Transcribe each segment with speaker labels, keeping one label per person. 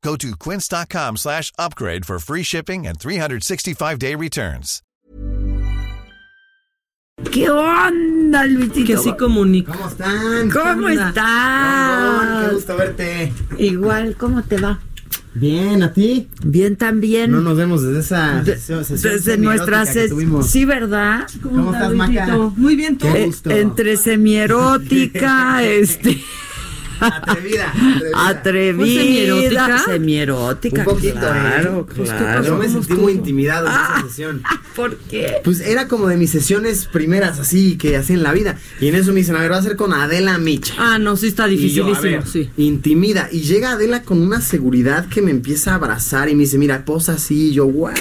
Speaker 1: Go to quince.com slash upgrade for free shipping and 365-day returns.
Speaker 2: ¿Qué onda, Luisito?
Speaker 3: Que sí comunico.
Speaker 4: ¿Cómo están?
Speaker 2: ¿Cómo
Speaker 4: ¿Qué onda?
Speaker 2: estás?
Speaker 4: Ramón, qué gusto verte.
Speaker 2: Igual, ¿cómo te va?
Speaker 4: Bien, ¿a ti?
Speaker 2: Bien también.
Speaker 4: No pues, nos vemos desde esa
Speaker 2: De-
Speaker 4: sesión sesión
Speaker 2: desde
Speaker 4: semi-erótica
Speaker 2: nuestra
Speaker 4: que
Speaker 2: ses-
Speaker 4: tuvimos.
Speaker 2: Sí, ¿verdad?
Speaker 4: ¿Cómo estás, Maca?
Speaker 3: Muy bien, tú.
Speaker 4: Qué
Speaker 2: Eh,
Speaker 4: gusto.
Speaker 2: entre semierótica, este
Speaker 4: Atrevida. atrevida.
Speaker 2: atrevida,
Speaker 3: ¿Fue semierótica?
Speaker 2: semierótica,
Speaker 4: Un poquito,
Speaker 2: claro,
Speaker 4: ¿eh? Yo
Speaker 2: claro. Ah.
Speaker 4: me sentí muy intimidado en esa sesión.
Speaker 2: ¿Por qué?
Speaker 4: Pues era como de mis sesiones primeras, así que hacía en la vida. Y en eso me dicen, a ver, va a ser con Adela Micha.
Speaker 3: Ah, no, sí está
Speaker 4: Y yo, a
Speaker 3: dificilísimo,
Speaker 4: ver,
Speaker 3: sí.
Speaker 4: Intimida. Y llega Adela con una seguridad que me empieza a abrazar y me dice, mira, posa así. Y yo, guau.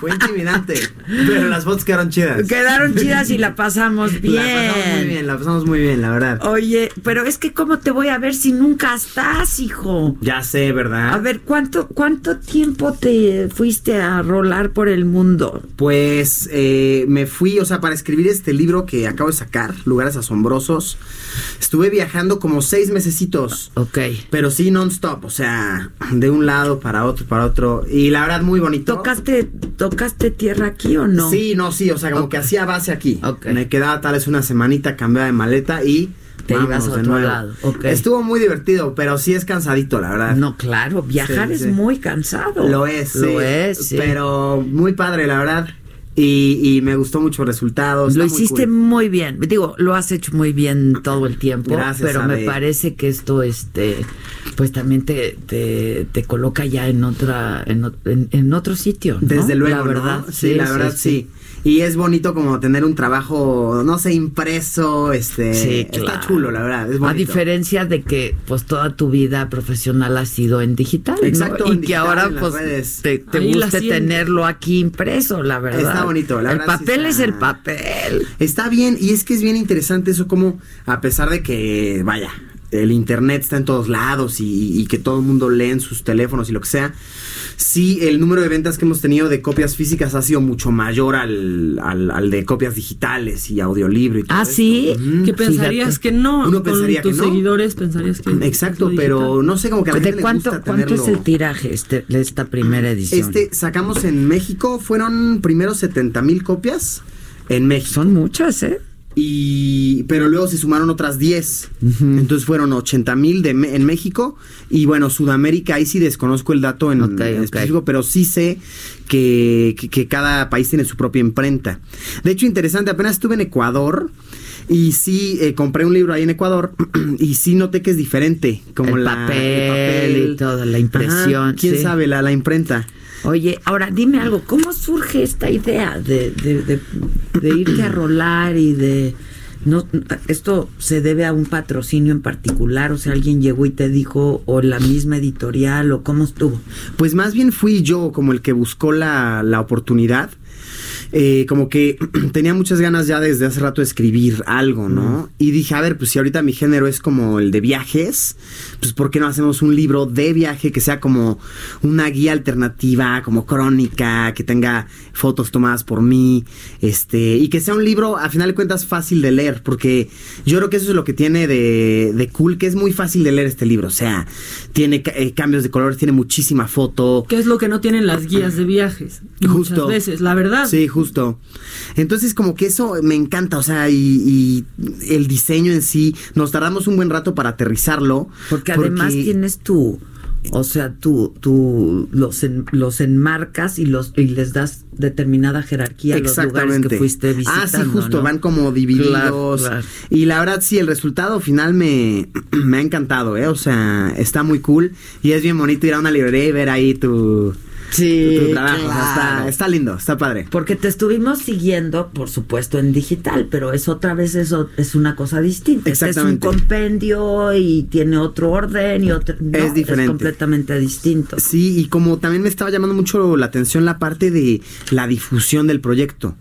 Speaker 4: Fue intimidante. Pero las fotos quedaron chidas.
Speaker 2: Quedaron chidas y la pasamos bien.
Speaker 4: La pasamos muy bien, la pasamos muy bien, la verdad.
Speaker 2: Oye, pero es que cómo te voy a ver si nunca estás, hijo.
Speaker 4: Ya sé, ¿verdad?
Speaker 2: A ver, ¿cuánto, cuánto tiempo te fuiste a rolar por el mundo?
Speaker 4: Pues eh, me fui, o sea, para escribir este libro que acabo de sacar, Lugares Asombrosos, estuve viajando como seis mesecitos.
Speaker 2: Ok.
Speaker 4: Pero sí non-stop, o sea, de un lado para otro, para otro. Y la verdad, muy bonito.
Speaker 2: ¿Tocaste, ¿Tocaste tierra aquí o no?
Speaker 4: Sí, no, sí, o sea, como
Speaker 2: Ok.
Speaker 4: que hacía base aquí.
Speaker 2: Ok.
Speaker 4: Me quedaba tal vez una semanita, cambiaba de maleta y...
Speaker 2: Te ibas
Speaker 4: vámonos
Speaker 2: a
Speaker 4: de
Speaker 2: otro
Speaker 4: nuevo.
Speaker 2: lado, ok.
Speaker 4: Estuvo muy divertido, pero sí es cansadito, la verdad.
Speaker 2: Ah, No, claro, viajar
Speaker 4: Sí,
Speaker 2: es
Speaker 4: sí.
Speaker 2: muy cansado.
Speaker 4: Lo es, sí.
Speaker 2: Lo es, sí.
Speaker 4: Pero muy padre, la verdad. Y, y me gustó mucho el resultado. está
Speaker 2: Lo
Speaker 4: muy
Speaker 2: hiciste
Speaker 4: cool.
Speaker 2: muy bien. Digo, lo has hecho muy bien todo el tiempo.
Speaker 4: Gracias,
Speaker 2: pero me
Speaker 4: Ade.
Speaker 2: parece que esto, este, pues también te, te, te coloca ya en otra, en, o- en- en otro sitio. ¿no?
Speaker 4: Desde luego,
Speaker 2: La
Speaker 4: ¿no?
Speaker 2: verdad,
Speaker 4: Sí, la verdad, sí. Y es bonito como tener un trabajo, no sé, impreso, este...
Speaker 2: Sí,
Speaker 4: Está
Speaker 2: claro.
Speaker 4: chulo, la verdad, es bonito.
Speaker 2: A diferencia de que pues toda tu vida profesional ha sido en digital, ¿no?
Speaker 4: Exacto,
Speaker 2: y
Speaker 4: en
Speaker 2: que
Speaker 4: digital,
Speaker 2: ahora
Speaker 4: en las
Speaker 2: pues
Speaker 4: redes.
Speaker 2: te, te
Speaker 3: Ahí la
Speaker 2: guste
Speaker 3: siente.
Speaker 2: tenerlo aquí impreso, la verdad.
Speaker 4: Está bonito, la
Speaker 2: El
Speaker 4: verdad, sí
Speaker 2: papel es
Speaker 4: está-
Speaker 2: el papel.
Speaker 4: Está bien, y es que es bien interesante eso como, a pesar de que, vaya, el internet está en todos lados y, y que todo el mundo lee en sus teléfonos y lo que sea, sí el número de ventas que hemos tenido de copias físicas ha sido mucho mayor al, al- al de copias digitales y audiolibro y todo
Speaker 2: Ah,
Speaker 4: esto.
Speaker 2: sí.
Speaker 4: Ujú.
Speaker 3: Que pensarías
Speaker 2: Fíjate.
Speaker 3: que no.
Speaker 4: Uno
Speaker 3: con
Speaker 4: pensaría que
Speaker 3: tus
Speaker 4: no.
Speaker 3: seguidores pensarías que
Speaker 4: Exacto,
Speaker 3: que es lo
Speaker 4: pero
Speaker 3: digital.
Speaker 4: no sé, como que a la
Speaker 2: ¿De
Speaker 4: gente
Speaker 2: cuánto,
Speaker 4: le gusta
Speaker 2: cuánto es
Speaker 4: tenerlo.
Speaker 2: el tiraje este, de esta primera edición?
Speaker 4: Este, sacamos en México, fueron primero 70 mil copias en México.
Speaker 2: Son muchas, ¿eh?
Speaker 4: Y, pero luego se sumaron otras 10. Entonces fueron 80 mil de Me- en México. Y bueno, Sudamérica, ahí sí desconozco el dato en,
Speaker 2: Ok,
Speaker 4: en
Speaker 2: ok.
Speaker 4: específico, pero sí sé que, que- que cada país tiene su propia imprenta. De hecho, interesante, apenas estuve en Ecuador y sí eh, compré un libro ahí en Ecuador y sí noté que es diferente. Como
Speaker 2: El
Speaker 4: la,
Speaker 2: papel y todo, la impresión,
Speaker 4: Ajá, ¿Quién
Speaker 2: sí.
Speaker 4: sabe? La, la imprenta.
Speaker 2: Oye, ahora dime algo, ¿cómo surge esta idea de, de- de- de irte a rolar y de... No, ¿Esto se debe a un patrocinio en particular? O sea, alguien llegó y te dijo, o la misma editorial, o cómo estuvo.
Speaker 4: Pues más bien fui yo como el que buscó la, la oportunidad. Eh, como que tenía muchas ganas ya desde hace rato de escribir algo, ¿no? Y dije, a ver, pues si ahorita mi género es como el de viajes, pues ¿por qué no hacemos un libro de viaje que sea como una guía alternativa, como crónica, que tenga fotos tomadas por mí, este, y que sea un libro, a final de cuentas, fácil de leer, porque yo creo que eso es lo que tiene de, de cool, que es muy fácil de leer este libro, o sea, tiene ca- eh, cambios de colores, tiene muchísima foto,
Speaker 3: ¿Qué es lo que no tienen las guías de viajes?
Speaker 4: Justo.
Speaker 3: Muchas veces, la verdad.
Speaker 4: Sí, justo. Entonces, como que eso me encanta, o sea, y, y el diseño en sí, nos tardamos un buen rato para aterrizarlo.
Speaker 2: Porque además tienes tú, o sea, tú, tú los, en- los enmarcas y, los, y les das determinada jerarquía a los lugares que fuiste visitando.
Speaker 4: Ah, sí, justo,
Speaker 2: ¿no?
Speaker 4: van como divididos.
Speaker 2: Claro, claro.
Speaker 4: Y la verdad, sí, el resultado final me, me ha encantado, ¿eh? O sea, está muy cool. Y es bien bonito ir a una librería y ver ahí tu,
Speaker 2: Sí,
Speaker 4: tu trabajo. O sea,
Speaker 2: claro.
Speaker 4: está, está lindo, está padre.
Speaker 2: Porque te estuvimos siguiendo, por supuesto, en digital, pero es otra vez eso, es una cosa distinta. Este es un
Speaker 4: Exactamente.
Speaker 2: compendio y tiene otro orden y otro. no,
Speaker 4: Es diferente.
Speaker 2: Es completamente distinto.
Speaker 4: Sí, y como también me estaba llamando mucho la atención la parte de la difusión del proyecto.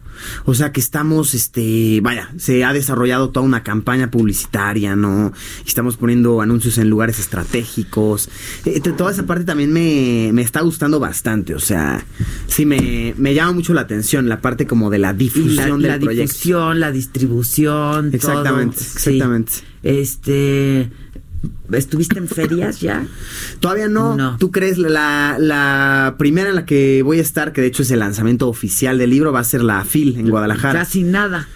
Speaker 4: O sea que estamos, este, vaya, se ha desarrollado toda una campaña publicitaria, ¿no? Estamos poniendo anuncios en lugares estratégicos. Eh, t- toda esa parte también me, me está gustando bastante. O sea, sí, me, me llama mucho la atención la parte como de la
Speaker 2: Y la,
Speaker 4: difusión del
Speaker 2: la
Speaker 4: proyecto.
Speaker 2: difusión, la distribución, todo,
Speaker 4: Exactamente,
Speaker 2: sí.
Speaker 4: exactamente.
Speaker 2: Este, ¿estuviste en ferias ya?
Speaker 4: Todavía no.
Speaker 2: No.
Speaker 4: ¿Tú crees la, la primera en la que voy a estar, que de hecho es el lanzamiento oficial del libro, va a ser la FIL en Guadalajara?
Speaker 2: Casi nada.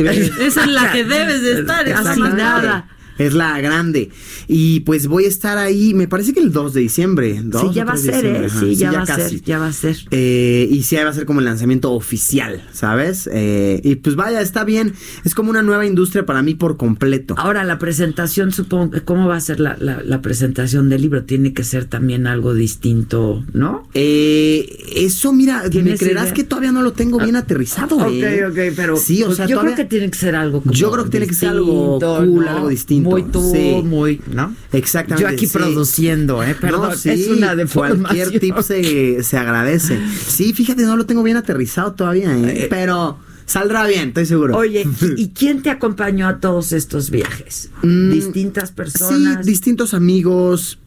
Speaker 3: Esa es la que debes de estar, así
Speaker 4: Exactamente.
Speaker 3: nada.
Speaker 4: Es la grande. Y pues voy a estar ahí, me parece que el 2 de diciembre. 2
Speaker 2: Sí,
Speaker 4: o
Speaker 2: ya va a
Speaker 4: 3 de
Speaker 2: ser,
Speaker 4: diciembre,
Speaker 2: ¿eh?
Speaker 4: ajá.
Speaker 2: Sí, ya va a
Speaker 4: casi.
Speaker 2: ser, ya va a ser.
Speaker 4: Eh, y sí, ahí va a ser como el lanzamiento oficial, ¿sabes? Eh, y pues vaya, está bien. Es como una nueva industria para mí por completo.
Speaker 2: Ahora, la presentación, supongo, que- ¿cómo va a ser la, la- la presentación del libro? Tiene que ser también algo distinto, ¿no?
Speaker 4: Eh, eso, mira, me
Speaker 2: ¿Tienes
Speaker 4: creerás
Speaker 2: idea? Ah.
Speaker 4: que todavía no lo tengo bien aterrizado. eh. sí, o
Speaker 2: pues,
Speaker 4: sea,
Speaker 2: yo creo
Speaker 4: todavía-
Speaker 2: que tiene que ser algo como
Speaker 4: Yo creo que tiene que ser algo
Speaker 2: distinto,
Speaker 4: cool,
Speaker 2: ¿no?
Speaker 4: algo distinto.
Speaker 2: Muy tú,
Speaker 4: Sí.
Speaker 2: muy, ¿no?
Speaker 4: Exactamente,
Speaker 2: Yo aquí
Speaker 4: sí.
Speaker 2: produciendo, ¿eh? Perdón,
Speaker 4: No, sí,
Speaker 2: es una
Speaker 4: Cualquier
Speaker 2: deformación.
Speaker 4: tip se, se agradece. Sí, fíjate, no lo tengo bien aterrizado todavía, ¿eh? pero saldrá bien, estoy seguro.
Speaker 2: Oye, ¿y quién te acompañó a todos estos viajes?
Speaker 4: Mm,
Speaker 2: Distintas personas.
Speaker 4: Sí, distintos amigos.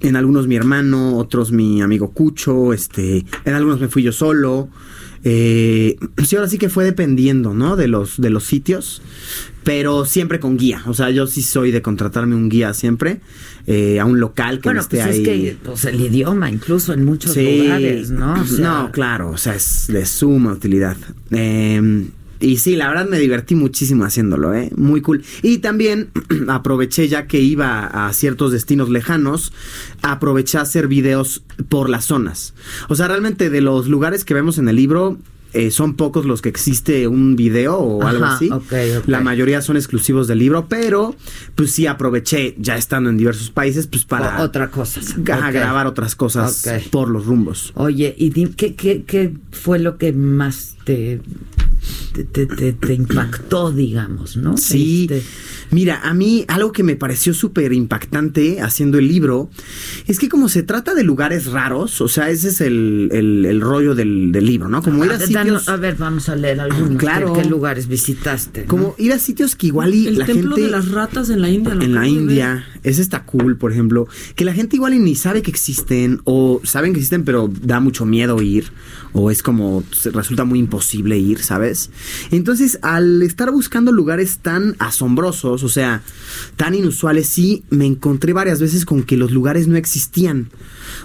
Speaker 4: En algunos mi hermano, otros mi amigo Cucho, este, en algunos me fui yo solo. Eh, sí, ahora sí que fue dependiendo, ¿no? De los, de los sitios, pero siempre con guía. O sea, yo sí soy de contratarme un guía siempre eh, a un local que
Speaker 2: bueno,
Speaker 4: no esté
Speaker 2: pues
Speaker 4: ahí.
Speaker 2: es que pues, el idioma, incluso en muchos
Speaker 4: Sí. pues,
Speaker 2: lugares, ¿no? O sea,
Speaker 4: no, claro, o sea, es de suma utilidad. Eh, y sí, la verdad me divertí muchísimo haciéndolo, ¿eh? Muy cool. Y también aproveché, ya que iba a ciertos destinos lejanos, aproveché a hacer videos por las zonas. O sea, realmente de los lugares que vemos en el libro... eh, son pocos los que existe un video o algo
Speaker 2: Ajá,
Speaker 4: así.
Speaker 2: ok, ok.
Speaker 4: La mayoría son exclusivos del libro, pero pues sí aproveché, ya estando en diversos países, pues para
Speaker 2: o- otra cosa.
Speaker 4: a
Speaker 2: Ok.
Speaker 4: grabar otras cosas
Speaker 2: Ok.
Speaker 4: por los rumbos.
Speaker 2: Oye, ¿y di- qué, qué, qué fue lo que más te, te, te- te- te impactó, digamos, no?
Speaker 4: Sí.
Speaker 2: Este,
Speaker 4: Mira, a mí algo que me pareció súper impactante haciendo el libro es que como se trata de lugares raros, o sea, ese es el, el- el rollo del, del libro, ¿no? Como ir
Speaker 2: a,
Speaker 4: a
Speaker 2: ver, ah, danos-
Speaker 4: sitios...
Speaker 2: a ver, vamos a leer algunos.
Speaker 4: Claro.
Speaker 2: ¿Qué, qué lugares visitaste? no?
Speaker 4: Como ir a sitios que igual y
Speaker 3: El
Speaker 4: la
Speaker 3: templo
Speaker 4: gente...
Speaker 3: de las ratas en la India. lo
Speaker 4: en la
Speaker 3: acabo de ver.
Speaker 4: India, ese está cool, por ejemplo, que la gente igual y ni sabe que existen o saben que existen pero da mucho miedo ir o es como se- resulta muy imposible ir, ¿sabes? Entonces, al estar buscando lugares tan asombrosos, o sea, tan inusuales, sí me encontré varias veces con que los lugares no existían.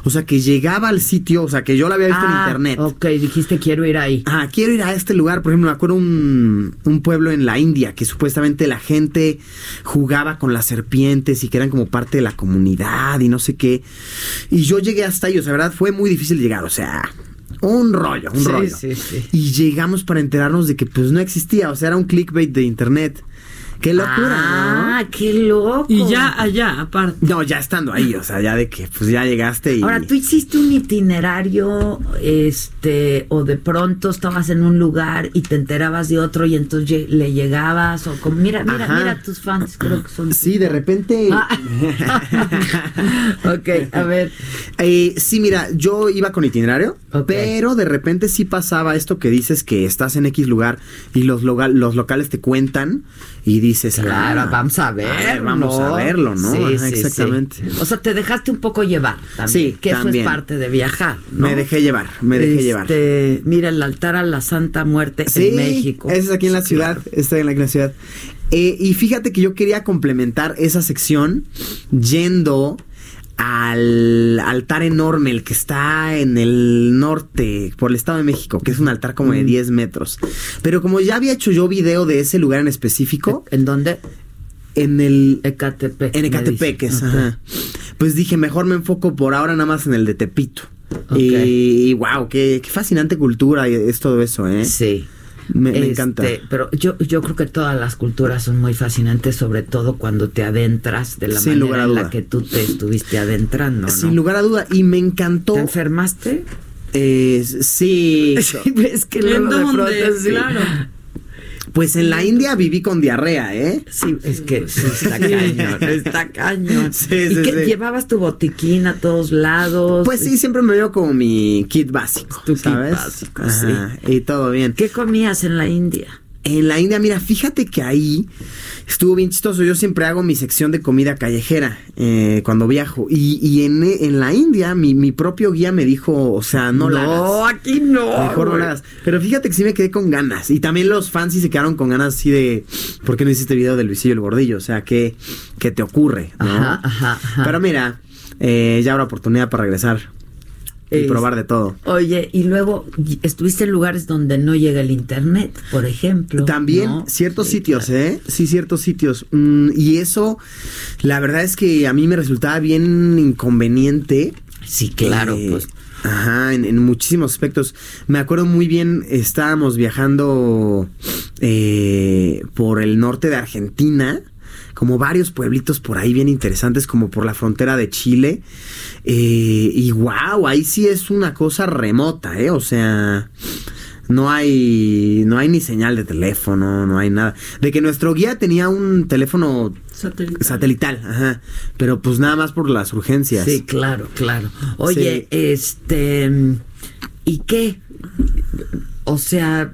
Speaker 4: O sea, que llegaba al sitio, o sea, que yo lo había visto en
Speaker 2: Ah,
Speaker 4: internet.
Speaker 2: Ok, dijiste quiero ir ahí.
Speaker 4: Ah, quiero ir a este lugar. Por ejemplo, me acuerdo un, un pueblo en la India que supuestamente la gente jugaba con las serpientes y que eran como parte de la comunidad y no sé qué. Y yo llegué hasta ellos, la verdad fue muy difícil llegar, o sea, un rollo, un
Speaker 2: Sí,
Speaker 4: rollo.
Speaker 2: sí, sí.
Speaker 4: Y llegamos para enterarnos de que pues no existía, o sea, era un clickbait de internet. Qué locura,
Speaker 2: ah, qué loco.
Speaker 3: Y ya allá, aparte.
Speaker 4: ¿no? No, ya estando ahí, o sea, ya de que pues ya llegaste y...
Speaker 2: Ahora, tú hiciste un itinerario, este, o de pronto estabas en un lugar y te enterabas de otro y entonces lle- le llegabas, o como, mira, mira,
Speaker 4: Ajá.
Speaker 2: mira tus fans, creo que son.
Speaker 4: Sí, de repente...
Speaker 2: Ah. ok, a ver.
Speaker 4: Eh, sí, mira, yo iba con itinerario,
Speaker 2: Ok.
Speaker 4: pero de repente sí pasaba esto que dices que estás en X lugar y los, loga- los locales te cuentan y dices,
Speaker 2: Claro,
Speaker 4: "Ah,
Speaker 2: vamos a ver.
Speaker 4: ver, vamos a verlo, ¿no?
Speaker 2: Sí,
Speaker 4: Ajá,
Speaker 2: sí, sí.
Speaker 4: exactamente.
Speaker 2: O sea, te dejaste un poco llevar también.
Speaker 4: Sí,
Speaker 2: que
Speaker 4: también.
Speaker 2: eso es parte de viajar, ¿no?
Speaker 4: Me dejé llevar, me dejé llevar.
Speaker 2: Este, Mira, el altar a la Santa Muerte
Speaker 4: Sí,
Speaker 2: en México.
Speaker 4: ese es aquí en la
Speaker 2: Sí,
Speaker 4: ciudad,
Speaker 2: claro.
Speaker 4: está en la, en la ciudad. Eh, y fíjate que yo quería complementar esa sección yendo al altar enorme, el que está en el norte, por el Estado de México, que es un altar como de
Speaker 2: Mm.
Speaker 4: 10 metros. Pero como ya había hecho yo video de ese lugar en específico,
Speaker 2: ¿En dónde?
Speaker 4: en el...
Speaker 2: Ecatepec.
Speaker 4: En
Speaker 2: me
Speaker 4: Ecatepec,
Speaker 2: dice. Ok.
Speaker 4: es, ajá. Pues dije, mejor me enfoco por ahora nada más en el de Tepito.
Speaker 2: Ok.
Speaker 4: Y, wow, qué, qué fascinante cultura y es todo eso, ¿eh?
Speaker 2: Sí.
Speaker 4: Me, me encanta.
Speaker 2: Este, Pero yo, yo creo que todas las culturas son muy fascinantes, sobre todo cuando te adentras de la
Speaker 4: Sin
Speaker 2: manera
Speaker 4: lugar a
Speaker 2: en la
Speaker 4: duda.
Speaker 2: que tú te estuviste adentrando. ¿no?
Speaker 4: Sin lugar a duda. Y me encantó.
Speaker 2: ¿Te enfermaste?
Speaker 4: Eh, sí.
Speaker 2: Sí, es que luego
Speaker 3: ¿En
Speaker 2: de
Speaker 3: dónde?
Speaker 2: pronto, sí.
Speaker 3: Claro.
Speaker 4: Pues en la India viví con diarrea, ¿eh?
Speaker 2: Sí, es que sí, está cañón, está cañón.
Speaker 4: Sí,
Speaker 2: ¿Y
Speaker 4: sí,
Speaker 2: qué?
Speaker 4: sí.
Speaker 2: llevabas tu botiquín a todos lados?
Speaker 4: Pues sí, siempre me veo como mi kit básico,
Speaker 2: Tu kit
Speaker 4: ¿sabes?
Speaker 2: básico,
Speaker 4: Ajá, Y todo bien.
Speaker 2: ¿Qué comías en la India?
Speaker 4: En la India, mira, fíjate que ahí estuvo bien chistoso. Yo siempre hago mi sección de comida callejera eh, cuando viajo. Y, y en, en la India, mi, mi propio guía me dijo, o sea, no, la hagas.
Speaker 2: aquí no.
Speaker 4: Mejor no
Speaker 2: güey.
Speaker 4: la hagas. Pero fíjate que sí me quedé con ganas. Y también los fans sí se quedaron con ganas así de, ¿por qué no hiciste video de Luisillo el Gordillo? O sea, ¿qué, qué te ocurre? no?
Speaker 2: Ajá, ajá, ajá.
Speaker 4: Pero mira, eh, ya habrá oportunidad para regresar y
Speaker 2: Es-
Speaker 4: probar de todo.
Speaker 2: Oye, y luego y- estuviste en lugares donde no llega el internet, por ejemplo.
Speaker 4: También
Speaker 2: ¿no?
Speaker 4: ciertos
Speaker 2: Sí,
Speaker 4: sitios,
Speaker 2: claro.
Speaker 4: ¿eh? Sí, ciertos sitios. Mm, y eso, la verdad es que a mí me resultaba bien inconveniente.
Speaker 2: Sí, claro,
Speaker 4: Eh,
Speaker 2: pues.
Speaker 4: Ajá, en, en muchísimos aspectos. Me acuerdo muy bien, estábamos viajando eh, por el norte de Argentina, como varios pueblitos por ahí bien interesantes, como por la frontera de Chile. Eh, y wow, ahí sí es una cosa remota, ¿eh? O sea, no hay, no hay ni señal de teléfono, no hay nada. De que nuestro guía tenía un teléfono
Speaker 3: Satélite.
Speaker 4: satelital, ajá, pero pues nada más por las urgencias.
Speaker 2: Sí, claro, claro. Oye, este. ¿Y qué? O sea.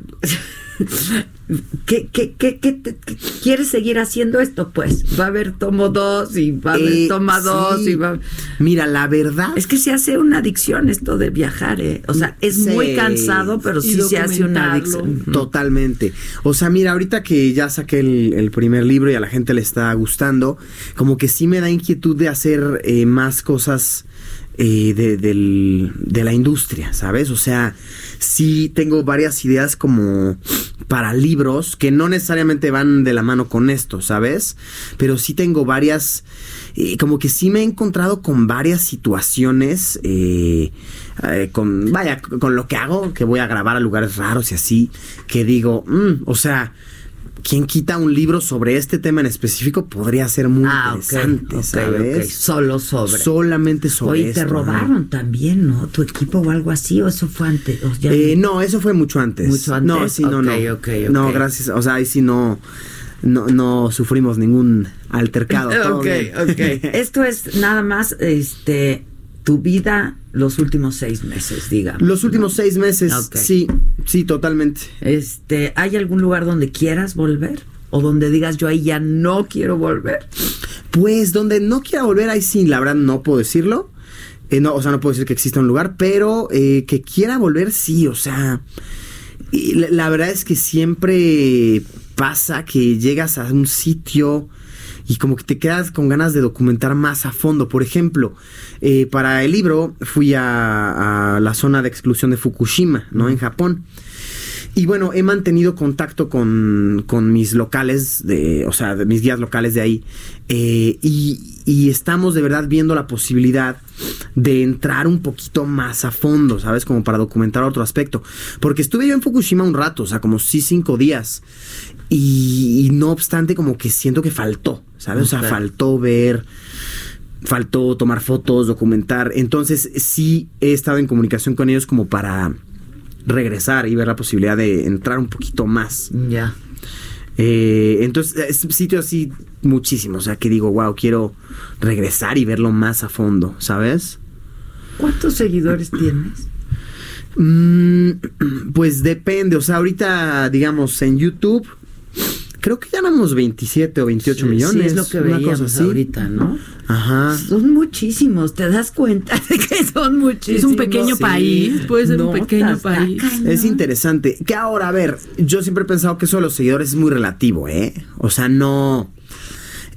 Speaker 2: ¿Qué, qué, qué, qué, te- qué- quieres seguir haciendo esto? Pues va a haber tomo dos y va a haber
Speaker 4: Eh,
Speaker 2: toma dos
Speaker 4: sí.
Speaker 2: y va.
Speaker 4: Mira, la verdad.
Speaker 2: Es que se hace una adicción esto de viajar, ¿eh? O sea, es
Speaker 4: Sí.
Speaker 2: muy cansado, pero
Speaker 3: Y
Speaker 2: sí se hace una
Speaker 3: documentarlo.
Speaker 2: adicción.
Speaker 4: Totalmente. O sea, mira, ahorita que ya saqué el, el primer libro y a la gente le está gustando, como que sí me da inquietud de hacer eh, más cosas eh, de, del- de la industria, ¿sabes? O sea, sí tengo varias ideas como para libros que no necesariamente van de la mano con esto, ¿sabes? Pero sí tengo varias, eh, como que sí me he encontrado con varias situaciones, eh, eh, con, vaya, con lo que hago, que voy a grabar a lugares raros y así, que digo, mm, o sea, ¿quién quita un libro sobre este tema en específico? Podría ser muy
Speaker 2: Ah, ok,
Speaker 4: interesante,
Speaker 2: ok, ok.
Speaker 4: ¿sabes?
Speaker 2: Solo sobre.
Speaker 4: Solamente sobre
Speaker 2: Oye, te
Speaker 4: esto, ajá.
Speaker 2: robaron también, ¿no? Tu equipo o algo así, o eso fue antes. O ya-
Speaker 4: Eh, no, eso fue mucho antes.
Speaker 2: Mucho antes.
Speaker 4: No, sí, no,
Speaker 2: Ok,
Speaker 4: no.
Speaker 2: ok,
Speaker 4: No,
Speaker 2: ok.
Speaker 4: gracias. O sea, ahí sí no, no, no sufrimos ningún altercado. todo
Speaker 2: ok,
Speaker 4: bien.
Speaker 2: ok. Esto es nada más este, tu vida los últimos seis meses, digamos.
Speaker 4: Los últimos seis meses,
Speaker 2: Ok.
Speaker 4: sí, sí, totalmente.
Speaker 2: Este, ¿Hay algún lugar donde quieras volver? O donde digas yo ahí ya no quiero volver.
Speaker 4: Pues donde no quiera volver, ahí sí, la verdad no puedo decirlo. Eh, no, o sea, no puedo decir que exista un lugar, pero eh, que quiera volver, sí, o sea. y la, la verdad es que siempre pasa que llegas a un sitio y como que te quedas con ganas de documentar más a fondo. Por ejemplo, eh, para el libro fui a, a la zona de exclusión de Fukushima, ¿no? En Japón. Y bueno, he mantenido contacto con, con mis locales, de, o sea, de mis guías locales de ahí. eh, y, y estamos de verdad viendo la posibilidad de entrar un poquito más a fondo, ¿sabes? Como para documentar otro aspecto. Porque estuve yo en Fukushima un rato, o sea, como sí cinco días. Y, y no obstante, como que siento que faltó, ¿sabes? O
Speaker 2: Ok.
Speaker 4: sea, faltó ver faltó tomar fotos, documentar. Entonces sí he estado en comunicación con ellos como para regresar y ver la posibilidad de entrar un poquito más.
Speaker 2: Ya.
Speaker 4: Eh, entonces es un sitio así muchísimo, o sea que digo, wow, quiero regresar y verlo más a fondo, ¿sabes?
Speaker 2: ¿Cuántos seguidores tienes?
Speaker 4: Mm, pues depende, o sea, ahorita digamos en YouTube. Creo que ganamos 27 o 28
Speaker 2: Sí,
Speaker 4: millones.
Speaker 2: sí, es lo que
Speaker 4: una
Speaker 2: veíamos
Speaker 4: cosa así.
Speaker 2: ahorita, ¿no?
Speaker 4: Ajá.
Speaker 2: Son muchísimos, te das cuenta de que son muchísimos.
Speaker 3: Es un pequeño
Speaker 4: Sí.
Speaker 3: país, puede ser
Speaker 2: No,
Speaker 3: un pequeño
Speaker 2: está
Speaker 3: país.
Speaker 2: cañón.
Speaker 4: Es interesante. Que ahora, a ver, yo siempre he pensado que eso de los seguidores es muy relativo, ¿eh? O sea, no.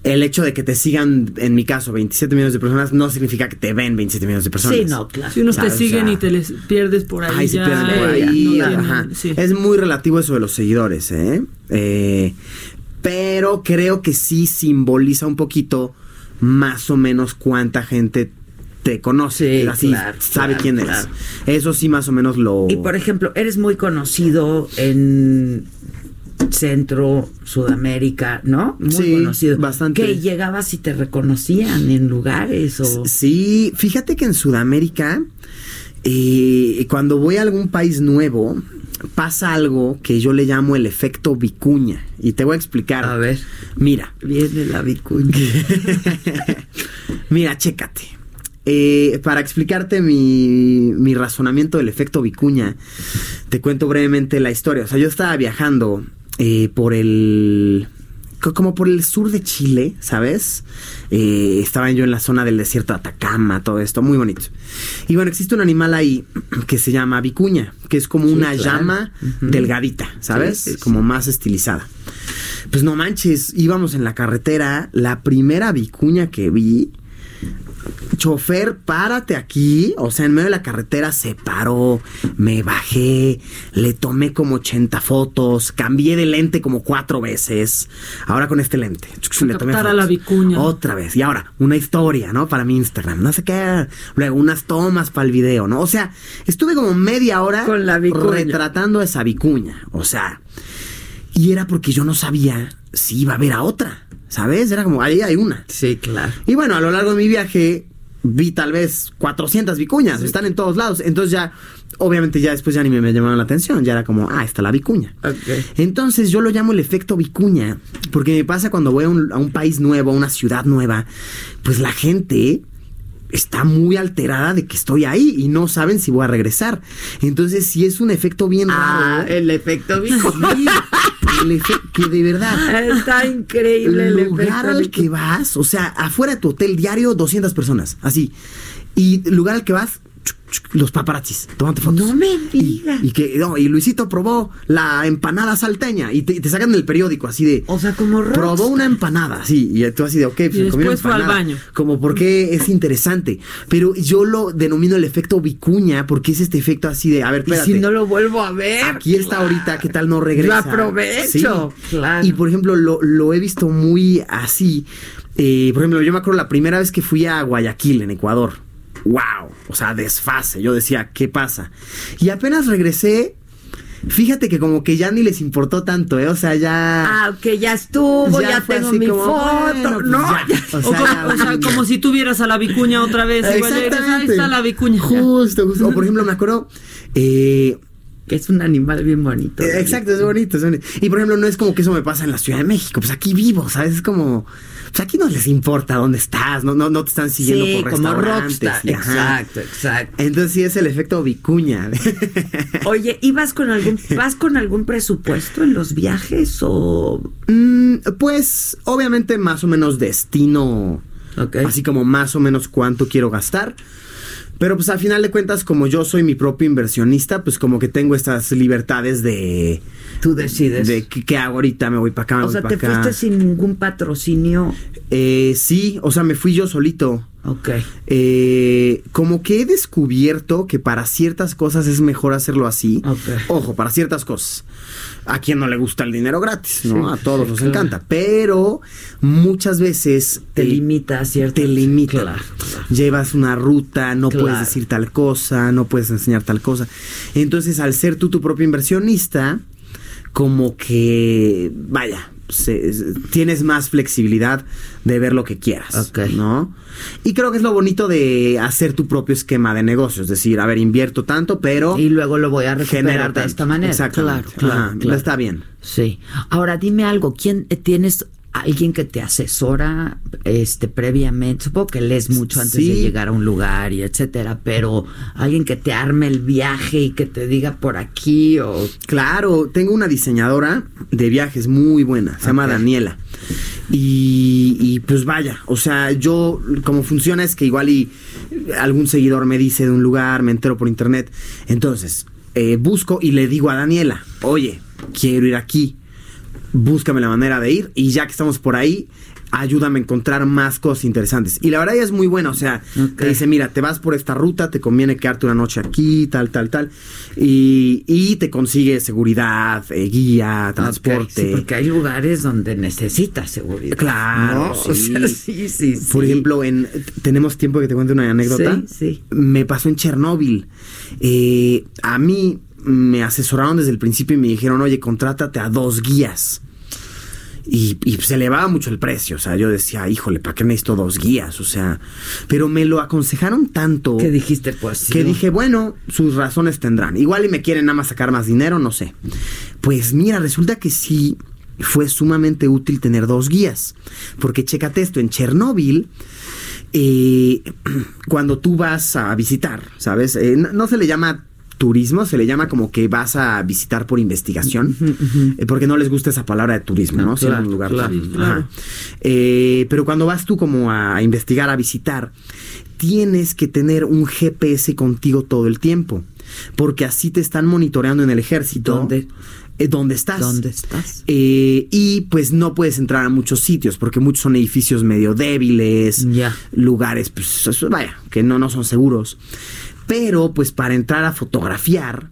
Speaker 4: El hecho de que te sigan, en mi caso, 27 millones de personas, no significa que te ven 27 millones de personas.
Speaker 2: Sí, no, claro.
Speaker 3: Si unos
Speaker 4: Claro,
Speaker 3: te
Speaker 4: o
Speaker 3: siguen
Speaker 4: sea,
Speaker 3: y te les pierdes por ahí.
Speaker 4: Ay, se
Speaker 3: ya,
Speaker 4: pierden por
Speaker 3: eh,
Speaker 4: ahí,
Speaker 3: no tienen-
Speaker 4: ajá.
Speaker 3: sí.
Speaker 4: Es muy relativo eso de los seguidores, ¿eh? Eh, Pero creo que sí simboliza un poquito más o menos cuánta gente te conoce.
Speaker 2: Sí,
Speaker 4: así,
Speaker 2: claro,
Speaker 4: sabe
Speaker 2: claro,
Speaker 4: quién
Speaker 2: claro.
Speaker 4: eres. Eso sí, más o menos lo.
Speaker 2: Y por ejemplo, eres muy conocido en Centro, Sudamérica, ¿no? Muy
Speaker 4: Sí,
Speaker 2: conocido.
Speaker 4: bastante.
Speaker 2: Que llegabas y te reconocían en lugares o...
Speaker 4: Sí, fíjate que en Sudamérica eh, cuando voy a algún país nuevo, pasa algo que yo le llamo el efecto vicuña. Y te voy a explicar.
Speaker 2: A ver.
Speaker 4: Mira.
Speaker 2: Viene la vicuña.
Speaker 4: Mira, chécate. Eh, para explicarte mi, mi razonamiento del efecto vicuña, te cuento brevemente la historia. O sea, yo estaba viajando eh, por el... co- Como por el sur de Chile, ¿sabes? Eh, estaba yo en la zona del desierto de Atacama, todo esto, muy bonito. Y bueno, existe un animal ahí que se llama vicuña, que es como
Speaker 2: Sí,
Speaker 4: una
Speaker 2: claro.
Speaker 4: llama
Speaker 2: Ujú.
Speaker 4: delgadita, ¿sabes?
Speaker 2: Sí, sí, sí.
Speaker 4: Como más estilizada. Pues no manches, íbamos en la carretera, la primera vicuña que vi, chofer, párate aquí. O sea, en medio de la carretera se paró, me bajé, le tomé como 80 fotos, cambié de lente como cuatro veces. Ahora con este lente. Le tomé
Speaker 3: captar a la vicuña.
Speaker 4: Otra vez. Y ahora, una historia, ¿no? Para mi Instagram, no sé qué. Luego, unas tomas para el video, ¿no? O sea, estuve como media hora
Speaker 2: Con la vicuña.
Speaker 4: retratando esa vicuña. O sea, y era porque yo no sabía si iba a haber a otra, ¿sabes? Era como, ahí hay una.
Speaker 2: Sí, claro.
Speaker 4: Y bueno, a lo largo de mi viaje vi tal vez 400 vicuñas, están en todos lados. Entonces ya, obviamente ya después ya ni me, me llamaron la atención, ya era como, ah, está la vicuña.
Speaker 2: Ok.
Speaker 4: Entonces yo lo llamo el efecto vicuña, porque me pasa cuando voy a un, a un país nuevo, a una ciudad nueva, pues la gente está muy alterada de que estoy ahí y no saben si voy a regresar. Entonces si es un efecto bien
Speaker 2: Ah,
Speaker 4: raro.
Speaker 2: el efecto vicuña.
Speaker 4: Sí, el efe- que de verdad
Speaker 2: Está increíble el
Speaker 4: el lugar
Speaker 2: efecto
Speaker 4: al que
Speaker 2: vicuña.
Speaker 4: vas, o sea, afuera de tu hotel diario 200 personas, así. Y lugar al que vas chuc, chuc, los paparazzis tomando fotos.
Speaker 2: No me
Speaker 4: Y-
Speaker 2: digas.
Speaker 4: Y, que no, y Luisito probó la empanada salteña y te, te sacan del periódico así de
Speaker 2: O sea, como rock.
Speaker 4: probó una empanada, sí, y tú así de, ok, pues
Speaker 3: Y
Speaker 4: se comió una
Speaker 3: después fue al
Speaker 4: empanada.
Speaker 3: baño.
Speaker 4: Como porque es interesante, pero yo lo denomino el efecto vicuña porque es este efecto así de, a ver,
Speaker 2: Y
Speaker 4: espérate.
Speaker 2: si no lo vuelvo a ver.
Speaker 4: Aquí está ahorita, ¿qué tal no regresa?
Speaker 2: Yo aprovecho, claro.
Speaker 4: Y por ejemplo, lo, lo he visto muy así. Eh, por ejemplo, yo me acuerdo la primera vez que fui a Guayaquil, en Ecuador. ¡Wow! O sea, desfase. Yo decía, ¿qué pasa? Y apenas regresé, fíjate que como que ya ni les importó tanto, ¿eh? O sea, ya.
Speaker 2: Ah, que ya estuvo, ya,
Speaker 4: fue
Speaker 2: tengo
Speaker 4: así
Speaker 2: mi
Speaker 4: como,
Speaker 2: foto.
Speaker 4: bueno, pues
Speaker 2: no,
Speaker 4: ya.
Speaker 2: ya.
Speaker 4: O
Speaker 3: O,
Speaker 4: sea,
Speaker 3: co- o sea,
Speaker 4: ya.
Speaker 3: como si tuvieras a la vicuña otra vez. y vaya, ahí está la vicuña.
Speaker 4: Justo, justo. O por ejemplo, me acuerdo. eh,
Speaker 2: Es un animal bien bonito.
Speaker 4: Eh, Exacto, es bonito, es bonito. Y por ejemplo, no es como que eso me pasa en la Ciudad de México, pues aquí vivo, ¿sabes? Es como, pues aquí no les importa dónde estás, no, no, no te están siguiendo
Speaker 2: Sí,
Speaker 4: por
Speaker 2: como
Speaker 4: restaurantes.
Speaker 2: rockstar.
Speaker 4: y ajá.
Speaker 2: Exacto, exacto.
Speaker 4: Entonces sí es el efecto vicuña.
Speaker 2: Oye, ¿y vas con algún, vas con algún presupuesto en los viajes o...?
Speaker 4: Mm, pues obviamente más o menos destino,
Speaker 2: Ok.
Speaker 4: así como más o menos cuánto quiero gastar. Pero pues al final de cuentas, como yo soy mi propio inversionista, pues como que tengo estas libertades de...
Speaker 2: Tú decides.
Speaker 4: De qué qué hago ahorita, me voy para acá, me
Speaker 2: o
Speaker 4: voy
Speaker 2: sea,
Speaker 4: para
Speaker 2: te
Speaker 4: acá.
Speaker 2: fuiste sin ningún patrocinio.
Speaker 4: Eh, sí, o sea, me fui yo solito.
Speaker 2: Ok.
Speaker 4: Eh, como que he descubierto que para ciertas cosas es mejor hacerlo así.
Speaker 2: Ok.
Speaker 4: Ojo, para ciertas cosas. A quien no le gusta el dinero gratis, ¿no?
Speaker 2: Sí,
Speaker 4: a todos
Speaker 2: sí,
Speaker 4: nos
Speaker 2: claro.
Speaker 4: encanta. Pero muchas veces
Speaker 2: Te
Speaker 4: eh,
Speaker 2: limita a cierto...
Speaker 4: te limita.
Speaker 2: Claro, claro.
Speaker 4: Llevas una ruta, no
Speaker 2: Claro.
Speaker 4: puedes decir tal cosa, no puedes enseñar tal cosa. Entonces, al ser tú tu propio inversionista, como que, vaya, se- se- tienes más flexibilidad de ver lo que quieras,
Speaker 2: Ok.
Speaker 4: ¿no? Y creo que es lo bonito de hacer tu propio esquema de negocio, es decir, a ver, invierto tanto, pero
Speaker 2: Y luego lo voy a recuperar
Speaker 4: tanto.
Speaker 2: de esta manera.
Speaker 4: Exactamente.
Speaker 2: Claro, claro,
Speaker 4: Ajá,
Speaker 2: claro.
Speaker 4: Está bien.
Speaker 2: Sí. Ahora dime algo, ¿quién eh, tienes alguien que te asesora este previamente? Supongo que lees mucho antes de
Speaker 4: Sí.
Speaker 2: llegar a un lugar y etcétera, pero alguien que te arme el viaje y que te diga por aquí o
Speaker 4: Claro, tengo una diseñadora de viajes muy buena, se llama
Speaker 2: Ok.
Speaker 4: Daniela. Y, y, pues vaya, o sea, yo como funciona es que igual y algún seguidor me dice de un lugar, me entero por internet, entonces eh, busco y le digo a Daniela, oye, quiero ir aquí, búscame la manera de ir y ya que estamos por ahí, ayúdame a encontrar más cosas interesantes. Y la verdad ella es muy buena, o sea,
Speaker 2: Ok.
Speaker 4: te dice, mira, te vas por esta ruta, te conviene quedarte una noche aquí, tal, tal, tal, y, y te consigue seguridad, eh, guía,
Speaker 2: Ok, sí,
Speaker 4: transporte.
Speaker 2: porque hay lugares donde necesitas seguridad.
Speaker 4: Claro,
Speaker 2: ¿no? O
Speaker 4: sí.
Speaker 2: sea, sí, sí, sí.
Speaker 4: Por ejemplo, en tenemos tiempo que te cuente una anécdota.
Speaker 2: Sí, sí.
Speaker 4: Me pasó en Chernóbil. Eh, a mí me asesoraron desde el principio y me dijeron, oye, contrátate a dos guías. Y, y se elevaba mucho el precio. O sea, yo decía, híjole, ¿para qué necesito dos guías? O sea, pero me lo aconsejaron tanto.
Speaker 2: ¿Qué dijiste, pues? sí,
Speaker 4: Que
Speaker 2: no?
Speaker 4: dije, bueno, sus razones tendrán. Igual y me quieren nada más sacar más dinero, no sé. Pues mira, resulta que sí fue sumamente útil tener dos guías. Porque chécate esto, en Chernóbil, eh, cuando tú vas a visitar, ¿sabes? Eh, no, no se le llama turismo, se le llama como que vas a visitar por investigación, eh, porque no les gusta esa palabra de turismo, ¿no? Si era un lugar
Speaker 2: claro,
Speaker 4: tan-
Speaker 2: claro.
Speaker 4: ajá. Eh, pero cuando vas tú como a, a investigar, a visitar, tienes que tener un GPS contigo todo el tiempo, porque así te están monitoreando en el ejército.
Speaker 2: ¿Dónde?
Speaker 4: Eh, ¿Dónde estás?
Speaker 2: ¿Dónde estás?
Speaker 4: Eh, y pues no puedes entrar a muchos sitios porque muchos son edificios medio débiles,
Speaker 2: Ya.
Speaker 4: lugares, pues eso, vaya, que no, no son seguros. Pero pues para entrar a fotografiar,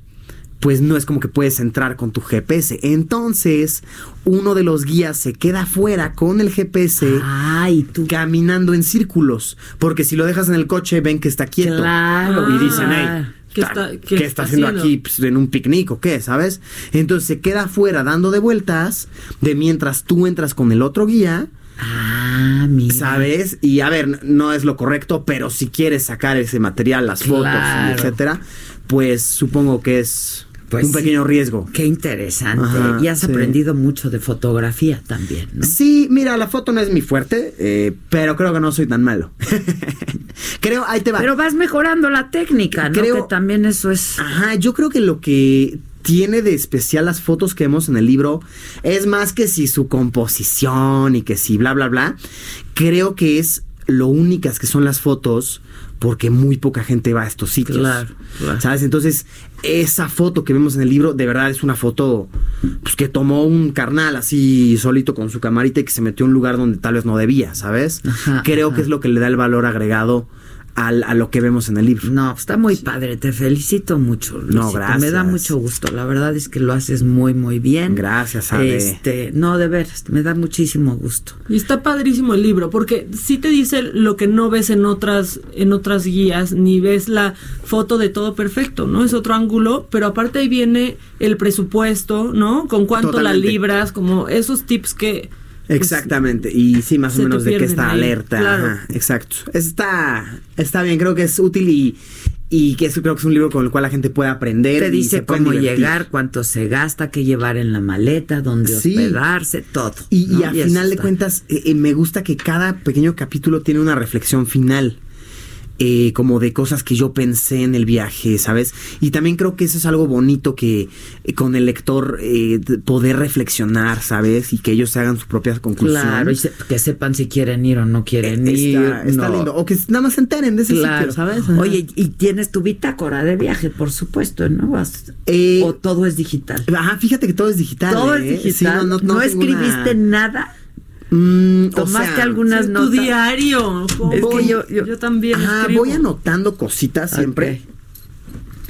Speaker 4: pues no es como que puedes entrar con tu GPS. Entonces, uno de los guías se queda fuera con el GPS
Speaker 2: Ah. Ay, tú.
Speaker 4: caminando en círculos, porque si lo dejas en el coche ven que está quieto.
Speaker 2: Claro.
Speaker 4: Y dicen, hey,
Speaker 2: Ah,
Speaker 4: ¿qué
Speaker 3: ¿qué
Speaker 4: está,
Speaker 3: está- qué
Speaker 4: qué está
Speaker 3: está
Speaker 4: haciendo,
Speaker 3: haciendo?
Speaker 4: aquí? Pues, ¿En un picnic o qué? ¿Sabes? Entonces se queda afuera dando de vueltas de mientras tú entras con el otro guía,
Speaker 2: Ah, mira.
Speaker 4: ¿sabes? Y a ver, no es lo correcto, pero si quieres sacar ese material, las
Speaker 2: Claro.
Speaker 4: fotos, etcétera, pues supongo que es
Speaker 2: Pues
Speaker 4: un
Speaker 2: sí.
Speaker 4: pequeño riesgo.
Speaker 2: Qué interesante.
Speaker 4: Ajá,
Speaker 2: y has
Speaker 4: sí.
Speaker 2: aprendido mucho de fotografía también, ¿no?
Speaker 4: Sí, mira, la foto no es mi fuerte, eh, pero creo que no soy tan malo. creo, ahí te va.
Speaker 2: Pero vas mejorando la técnica, ¿no?
Speaker 4: Creo- Ah.
Speaker 2: Que también eso es.
Speaker 4: Ajá, yo creo que lo que tiene de especial las fotos que vemos en el libro es más que si su composición y que si bla bla bla. Creo que es lo únicas que son las fotos porque muy poca gente va a estos sitios.
Speaker 2: Claro, claro.
Speaker 4: ¿Sabes? Entonces, esa foto que vemos en el libro de verdad es una foto pues, que tomó un carnal así solito con su camarita y que se metió a un lugar donde tal vez no debía, ¿sabes?
Speaker 2: Ajá,
Speaker 4: creo
Speaker 2: ajá.
Speaker 4: que es lo que le da el valor agregado al- a lo que vemos en el libro.
Speaker 2: No, está muy padre, te felicito mucho. Luisito.
Speaker 4: gracias.
Speaker 2: Me da mucho gusto, la verdad es que lo haces muy, muy bien.
Speaker 4: Gracias, Ale.
Speaker 2: Este, no, de veras, me da muchísimo gusto.
Speaker 3: Y está padrísimo el libro, porque sí te dice lo que no ves en otras, en otras guías, ni ves la foto de todo perfecto, ¿no? Es otro ángulo, pero aparte ahí viene el presupuesto, ¿no? Con cuánto
Speaker 4: Totalmente.
Speaker 3: la libras, como esos tips que... pues,
Speaker 4: Exactamente, y sí, más o
Speaker 3: se te
Speaker 4: menos de que
Speaker 3: pierden
Speaker 4: está
Speaker 3: ahí,
Speaker 4: alerta.
Speaker 3: claro.
Speaker 4: Ajá, exacto. Está, está bien, creo que es útil y, y que es, creo que es un libro con el cual la gente puede aprender.
Speaker 2: Te
Speaker 4: y se
Speaker 2: dice
Speaker 4: pueden
Speaker 2: cómo
Speaker 4: divertir.
Speaker 2: llegar, cuánto se gasta, qué llevar en la maleta, dónde
Speaker 4: Sí.
Speaker 2: hospedarse, todo.
Speaker 4: Y, y
Speaker 2: ¿no?
Speaker 4: a
Speaker 2: eso
Speaker 4: final de
Speaker 2: está.
Speaker 4: cuentas, eh, eh, me gusta que cada pequeño capítulo tiene una reflexión final. eh, como de cosas que yo pensé en el viaje, ¿sabes? Y también creo que eso es algo bonito que eh, con el lector eh, de poder reflexionar, ¿sabes? Y que ellos se hagan sus propias conclusiones.
Speaker 2: Claro, y se- que sepan si quieren ir o no quieren ir.
Speaker 4: Está, está
Speaker 2: no.
Speaker 4: lindo. O que nada más se enteren de ese
Speaker 2: Claro.
Speaker 4: sitio, ¿sabes? Ajá.
Speaker 2: Oye, y tienes tu bitácora de viaje, por supuesto, ¿no? Vas-
Speaker 4: Eh,
Speaker 2: o todo es digital.
Speaker 4: Ajá, fíjate que todo es digital.
Speaker 2: Todo
Speaker 4: ¿eh?
Speaker 2: es digital.
Speaker 4: Sí,
Speaker 2: no
Speaker 4: no, no, no tengo
Speaker 2: escribiste
Speaker 4: una-
Speaker 2: nada.
Speaker 4: Mm, o
Speaker 2: Tomaste
Speaker 4: sea,
Speaker 2: algunas
Speaker 3: sí,
Speaker 2: notas.
Speaker 3: Tu diario. jo.
Speaker 2: Es
Speaker 4: voy-
Speaker 2: que yo- yo-
Speaker 3: también
Speaker 4: Ajá,
Speaker 3: escribo.
Speaker 4: voy anotando cositas siempre.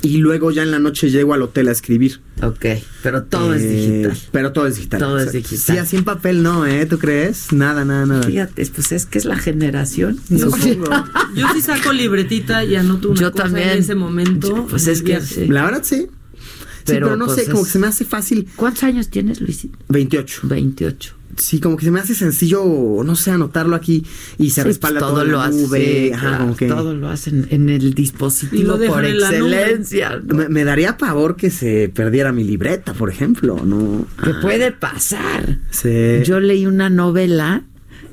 Speaker 4: Y luego ya en la noche llego al hotel a escribir.
Speaker 2: Ok, pero todo es
Speaker 4: Eh,
Speaker 2: digital.
Speaker 4: Pero todo es digital.
Speaker 2: Todo es
Speaker 4: exacto.
Speaker 2: digital.
Speaker 4: Sí, así en papel no, ¿eh? ¿Tú crees? Nada, nada, nada.
Speaker 2: Fíjate, pues es que es la generación.
Speaker 3: Yo,
Speaker 2: Nosotros-
Speaker 3: supongo. Yo sí saco libretita y anoto una
Speaker 2: Yo
Speaker 3: cosa
Speaker 2: también.
Speaker 3: en ese momento.
Speaker 2: Yo- pues
Speaker 3: en
Speaker 2: es
Speaker 3: el
Speaker 2: que
Speaker 3: viaje.
Speaker 2: sí.
Speaker 4: La verdad sí. Sí,
Speaker 2: Pero,
Speaker 4: pero, no
Speaker 2: pues,
Speaker 4: sé, como
Speaker 2: es-
Speaker 4: que se me hace fácil.
Speaker 2: ¿Cuántos años tienes, Luisito?
Speaker 4: 28.
Speaker 2: 28.
Speaker 4: Sí, como que se me hace sencillo, no sé, anotarlo aquí y se
Speaker 2: Sí,
Speaker 4: respalda
Speaker 2: pues,
Speaker 4: todo, en la
Speaker 2: hace-
Speaker 4: nube.
Speaker 2: sí,
Speaker 4: Ajá,
Speaker 2: claro,
Speaker 4: como que-
Speaker 2: Todo lo hacen en el
Speaker 3: Y
Speaker 2: dispositivo
Speaker 3: lo dejan
Speaker 2: por
Speaker 3: en la nube.
Speaker 2: excelencia. ¿no?
Speaker 4: Me, me daría pavor que se perdiera mi libreta, por ejemplo, ¿no?
Speaker 2: Que puede pasar.
Speaker 4: Sí.
Speaker 2: Yo leí una novela,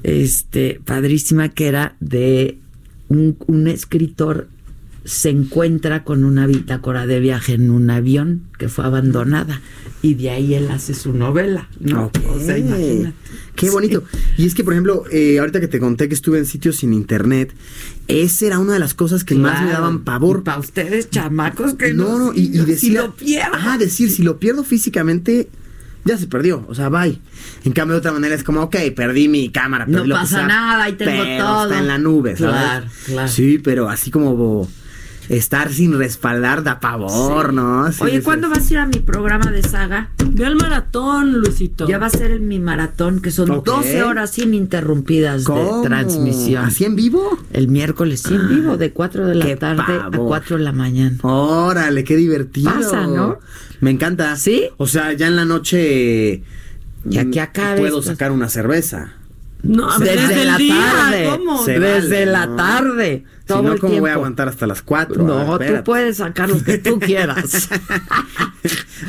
Speaker 2: este, padrísima, que era de un, un escritor se encuentra con una bitácora de viaje en un avión que fue abandonada y de ahí él hace su novela, ¿no?
Speaker 4: Ok.
Speaker 2: O sea, imagínate.
Speaker 4: Qué bonito. Y es que, por ejemplo, eh, ahorita que te conté que estuve en sitios sin internet, esa era una de las cosas que más me
Speaker 2: Claro.
Speaker 4: daban pavor.
Speaker 2: Y Para ustedes, chamacos, que
Speaker 4: no, no, y, y
Speaker 2: si
Speaker 4: decir.
Speaker 2: lo pierdo.
Speaker 4: Ah, decir, si lo pierdo físicamente, ya se perdió. O sea, bye. En cambio, de otra manera es como, ok, perdí mi cámara.
Speaker 2: No
Speaker 4: perdí lo que
Speaker 2: pasa
Speaker 4: sea,
Speaker 2: nada, ahí tengo
Speaker 4: pero
Speaker 2: todo.
Speaker 4: Está en la nube, ¿sabes?
Speaker 2: Claro, claro.
Speaker 4: Sí, pero así como bo- estar sin respaldar da pavor,
Speaker 2: Sí.
Speaker 4: ¿no? Sí,
Speaker 2: Oye,
Speaker 4: sí,
Speaker 2: ¿cuándo
Speaker 4: sí.
Speaker 2: vas a ir a mi programa de saga?
Speaker 3: Ve al maratón, Luisito.
Speaker 2: Ya va a ser el- mi maratón, que son
Speaker 4: Ok.
Speaker 2: 12 horas ininterrumpidas
Speaker 4: ¿Cómo?
Speaker 2: de transmisión.
Speaker 4: ¿Así en vivo?
Speaker 2: El miércoles sí en vivo, de 4 de
Speaker 4: qué
Speaker 2: la tarde
Speaker 4: pavor.
Speaker 2: a 4 de la mañana.
Speaker 4: Órale, qué divertido.
Speaker 2: Pasa, ¿no?
Speaker 4: Me encanta.
Speaker 2: ¿Sí?
Speaker 4: O sea, ya en la noche
Speaker 2: Ya que pues, acabe
Speaker 4: Puedo
Speaker 2: esto.
Speaker 4: sacar una cerveza.
Speaker 3: No, a ver,
Speaker 2: Desde,
Speaker 3: desde
Speaker 2: la
Speaker 3: el pues, día,
Speaker 2: tarde.
Speaker 3: ¿cómo?
Speaker 4: Se
Speaker 2: Desde
Speaker 4: vale,
Speaker 2: la
Speaker 4: ¿no?
Speaker 2: tarde.
Speaker 4: Si
Speaker 2: Todo
Speaker 4: no,
Speaker 2: el
Speaker 4: ¿cómo voy a
Speaker 2: tiempo.
Speaker 4: aguantar hasta las 4?
Speaker 2: No, tú puedes sacar lo que tú quieras.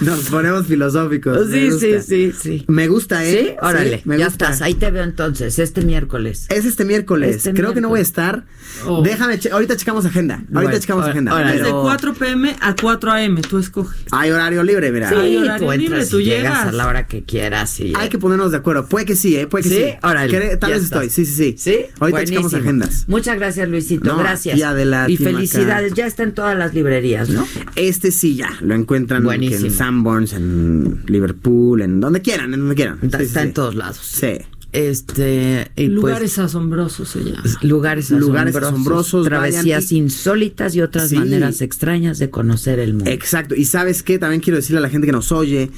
Speaker 4: Nos ponemos filosóficos. me
Speaker 2: sí, sí,
Speaker 4: gusta.
Speaker 2: sí, sí.
Speaker 4: Me gusta, ¿eh?
Speaker 2: Sí, órale,
Speaker 4: me
Speaker 2: ya
Speaker 4: gusta.
Speaker 2: estás. Ahí te veo entonces, este miércoles.
Speaker 4: Es este miércoles.
Speaker 2: Este
Speaker 4: Creo que no voy a
Speaker 2: miércoles.
Speaker 4: estar.
Speaker 3: Oh.
Speaker 4: Déjame, che- ahorita checamos agenda. Ahorita
Speaker 2: Bueno,
Speaker 4: checamos
Speaker 2: ahora-
Speaker 4: agenda.
Speaker 2: ahora-
Speaker 3: Desde
Speaker 4: Pero
Speaker 3: 4 pm a 4 am, tú escoges.
Speaker 4: hay horario libre, mira.
Speaker 3: Sí. hay horario
Speaker 2: tú
Speaker 3: libre,
Speaker 2: entras
Speaker 3: tú
Speaker 2: y llegas.
Speaker 3: llegas.
Speaker 2: a la hora que quieras. Y,
Speaker 4: Hay que ponernos de acuerdo. Puede que sí, ¿eh? Puede que sí.
Speaker 2: Sí, órale.
Speaker 4: Cre- Tal
Speaker 2: ya
Speaker 4: vez
Speaker 2: estás.
Speaker 4: estoy. Sí, sí, sí.
Speaker 2: Sí,
Speaker 4: Ahorita
Speaker 2: buenísimo.
Speaker 4: checamos agendas.
Speaker 2: Muchas gracias, Luisito.
Speaker 4: No,
Speaker 2: gracias.
Speaker 4: y adelante,
Speaker 2: Y felicidades.
Speaker 4: Maca.
Speaker 2: Ya está en todas las librerías, ¿no?
Speaker 4: Este sí ya. Lo encuentran
Speaker 2: Buenísimo.
Speaker 4: que en Sanborns, en Liverpool, en donde quieran, en donde quieran.
Speaker 2: Está,
Speaker 4: Sí, sí,
Speaker 2: está en
Speaker 4: sí.
Speaker 2: todos lados.
Speaker 4: Sí.
Speaker 2: Este. y
Speaker 3: Lugares asombrosos se llama.
Speaker 2: pues, Lugares,
Speaker 4: Lugares
Speaker 2: asombrosos,
Speaker 4: asombrosos,
Speaker 2: travesías
Speaker 4: vayan
Speaker 2: insólitas y otras
Speaker 4: Sí.
Speaker 2: maneras extrañas de conocer el mundo.
Speaker 4: Exacto. Y sabes qué, también quiero decirle a la gente que nos oye,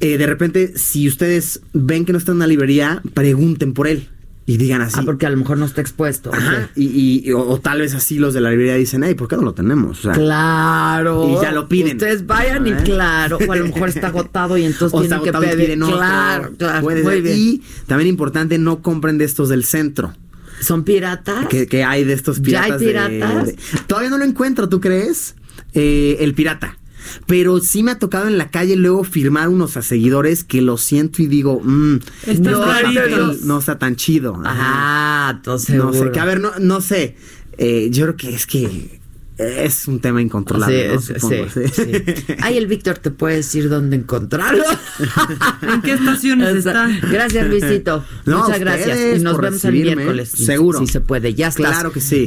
Speaker 4: eh, de repente, si ustedes ven que no está en una librería, pregunten por él y digan así.
Speaker 2: Ah, porque a lo mejor no está expuesto.
Speaker 4: Ajá.
Speaker 2: ok.
Speaker 4: Y, y- y- o, o tal vez así los de la librería dicen, hey, ¿por qué no lo tenemos? O sea,
Speaker 2: Claro.
Speaker 4: Y ya lo piden.
Speaker 2: Ustedes vayan y
Speaker 4: ¿Eh?
Speaker 2: claro. O a lo mejor está agotado y entonces
Speaker 4: o está
Speaker 2: tienen que
Speaker 4: agotado y
Speaker 2: pedir.
Speaker 4: quieren otro.
Speaker 2: claro, claro.
Speaker 4: Puede
Speaker 2: muy
Speaker 4: ser.
Speaker 2: bien.
Speaker 4: Y también importante, no compren de estos del centro.
Speaker 2: ¿Son piratas?
Speaker 4: Que, que hay de estos
Speaker 2: ¿Ya hay
Speaker 4: piratas. de-
Speaker 2: piratas?
Speaker 4: de- todavía no lo encuentro, ¿tú crees? Eh, el pirata. Pero sí me ha tocado en la calle luego firmar unos a seguidores que lo siento y digo, mm,
Speaker 3: Están
Speaker 4: no, está
Speaker 3: raritos.
Speaker 4: tan, no está tan chido. Ajá.
Speaker 2: Ah, entonces.
Speaker 4: no sé, que a ver, no, no sé. Eh, yo creo que es que es un tema incontrolable. ¿no? Supongo, sí.
Speaker 2: Ay, el Víctor te puede decir dónde encontrarlo.
Speaker 3: ¿En qué estaciones
Speaker 2: Está-
Speaker 3: está?
Speaker 2: Gracias, Luisito.
Speaker 4: No, a
Speaker 2: Muchas gracias.
Speaker 4: ustedes
Speaker 2: Y nos
Speaker 4: por
Speaker 2: vemos el
Speaker 4: recibirme,
Speaker 2: miércoles.
Speaker 4: ¿eh? Seguro.
Speaker 2: Si se puede. Ya estás.
Speaker 4: Claro que sí.